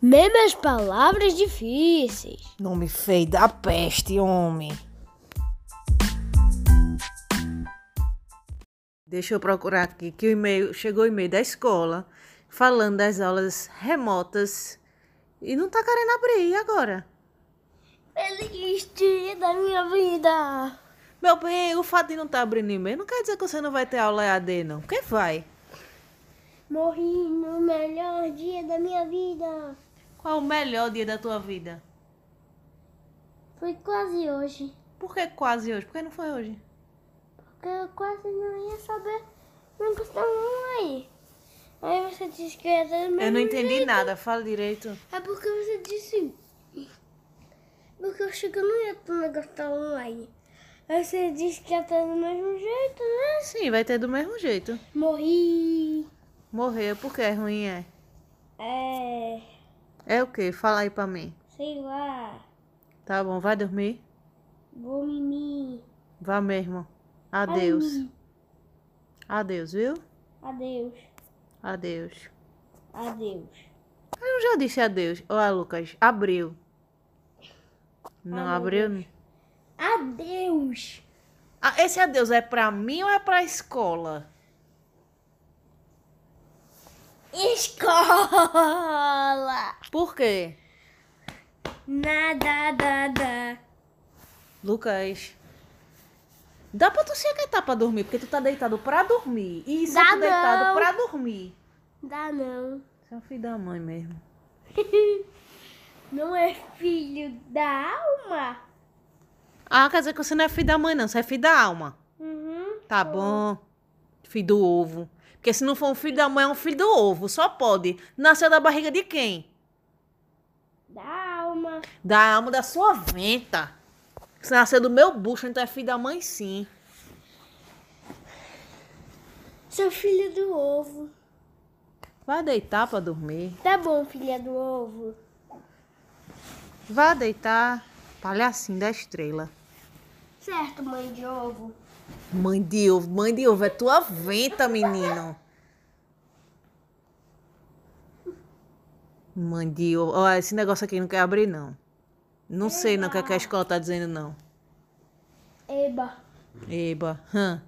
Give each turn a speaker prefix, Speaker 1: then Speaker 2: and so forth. Speaker 1: Mesmo as palavras difíceis.
Speaker 2: Nome feio da peste, homem.
Speaker 3: Deixa eu procurar aqui que o e-mail chegou o e-mail da escola falando das aulas remotas e não tá querendo abrir e agora.
Speaker 1: Feliz dia da minha vida.
Speaker 3: Meu bem, o fato de não tá abrindo e-mail não quer dizer que você não vai ter aula EAD não. Quem vai?
Speaker 1: Morri no melhor dia da minha vida.
Speaker 3: Qual é o melhor dia da tua vida?
Speaker 1: Foi quase hoje.
Speaker 3: Por que quase hoje? Por que não foi hoje?
Speaker 1: Porque eu quase não ia saber. Não custa um aí. Aí você disse que era da minha
Speaker 3: Eu não entendi nada, fala direito.
Speaker 1: É porque você disse. Porque eu achei que eu não ia ter um negócio tão online. Aí você disse que ia ter do mesmo jeito, né?
Speaker 3: Sim, vai ter do mesmo jeito.
Speaker 1: Morri.
Speaker 3: Morrer porque é ruim, é.
Speaker 1: É.
Speaker 3: É o quê? Fala aí pra mim.
Speaker 1: Sei lá.
Speaker 3: Tá bom, vai dormir?
Speaker 1: Vou em mim.
Speaker 3: Vá mesmo. Adeus. Adeus, viu?
Speaker 1: Adeus.
Speaker 3: Adeus.
Speaker 1: Adeus.
Speaker 3: Eu já disse adeus. Olha, Lucas, abriu. Não abriu? não.
Speaker 1: Adeus.
Speaker 3: Ah, esse adeus é pra mim ou é pra escola?
Speaker 1: Escola.
Speaker 3: Por quê?
Speaker 1: Nada, nada.
Speaker 3: Lucas. Dá pra tu se aquietar pra dormir, porque tu tá deitado pra dormir. E isso
Speaker 1: Dá
Speaker 3: tu tá deitado
Speaker 1: não.
Speaker 3: pra dormir.
Speaker 1: Dá não.
Speaker 3: Você é um filho da mãe mesmo.
Speaker 1: Não é filho da alma?
Speaker 3: Ah, quer dizer que você não é filho da mãe, não. Você é filho da alma.
Speaker 1: Uhum.
Speaker 3: Tá bom. Filho do ovo. Porque se não for um filho da mãe, é um filho do ovo. Só pode. Nasceu da barriga de quem?
Speaker 1: Da alma.
Speaker 3: Da alma da sua venta. Você nasceu do meu bucho, então é filho da mãe, sim.
Speaker 1: Sou filho do ovo.
Speaker 3: Vai deitar pra dormir.
Speaker 1: Tá bom, filha do ovo.
Speaker 3: Vá deitar. Palhacinho da estrela.
Speaker 1: Certo, mãe de ovo.
Speaker 3: Mãe de ovo, mãe de ovo, é tua venta, menino. Mãe de ovo. Ó, esse negócio aqui não quer abrir, não. Não sei não o que, é que a escola tá dizendo, não.
Speaker 1: Eba.
Speaker 3: Eba. hã.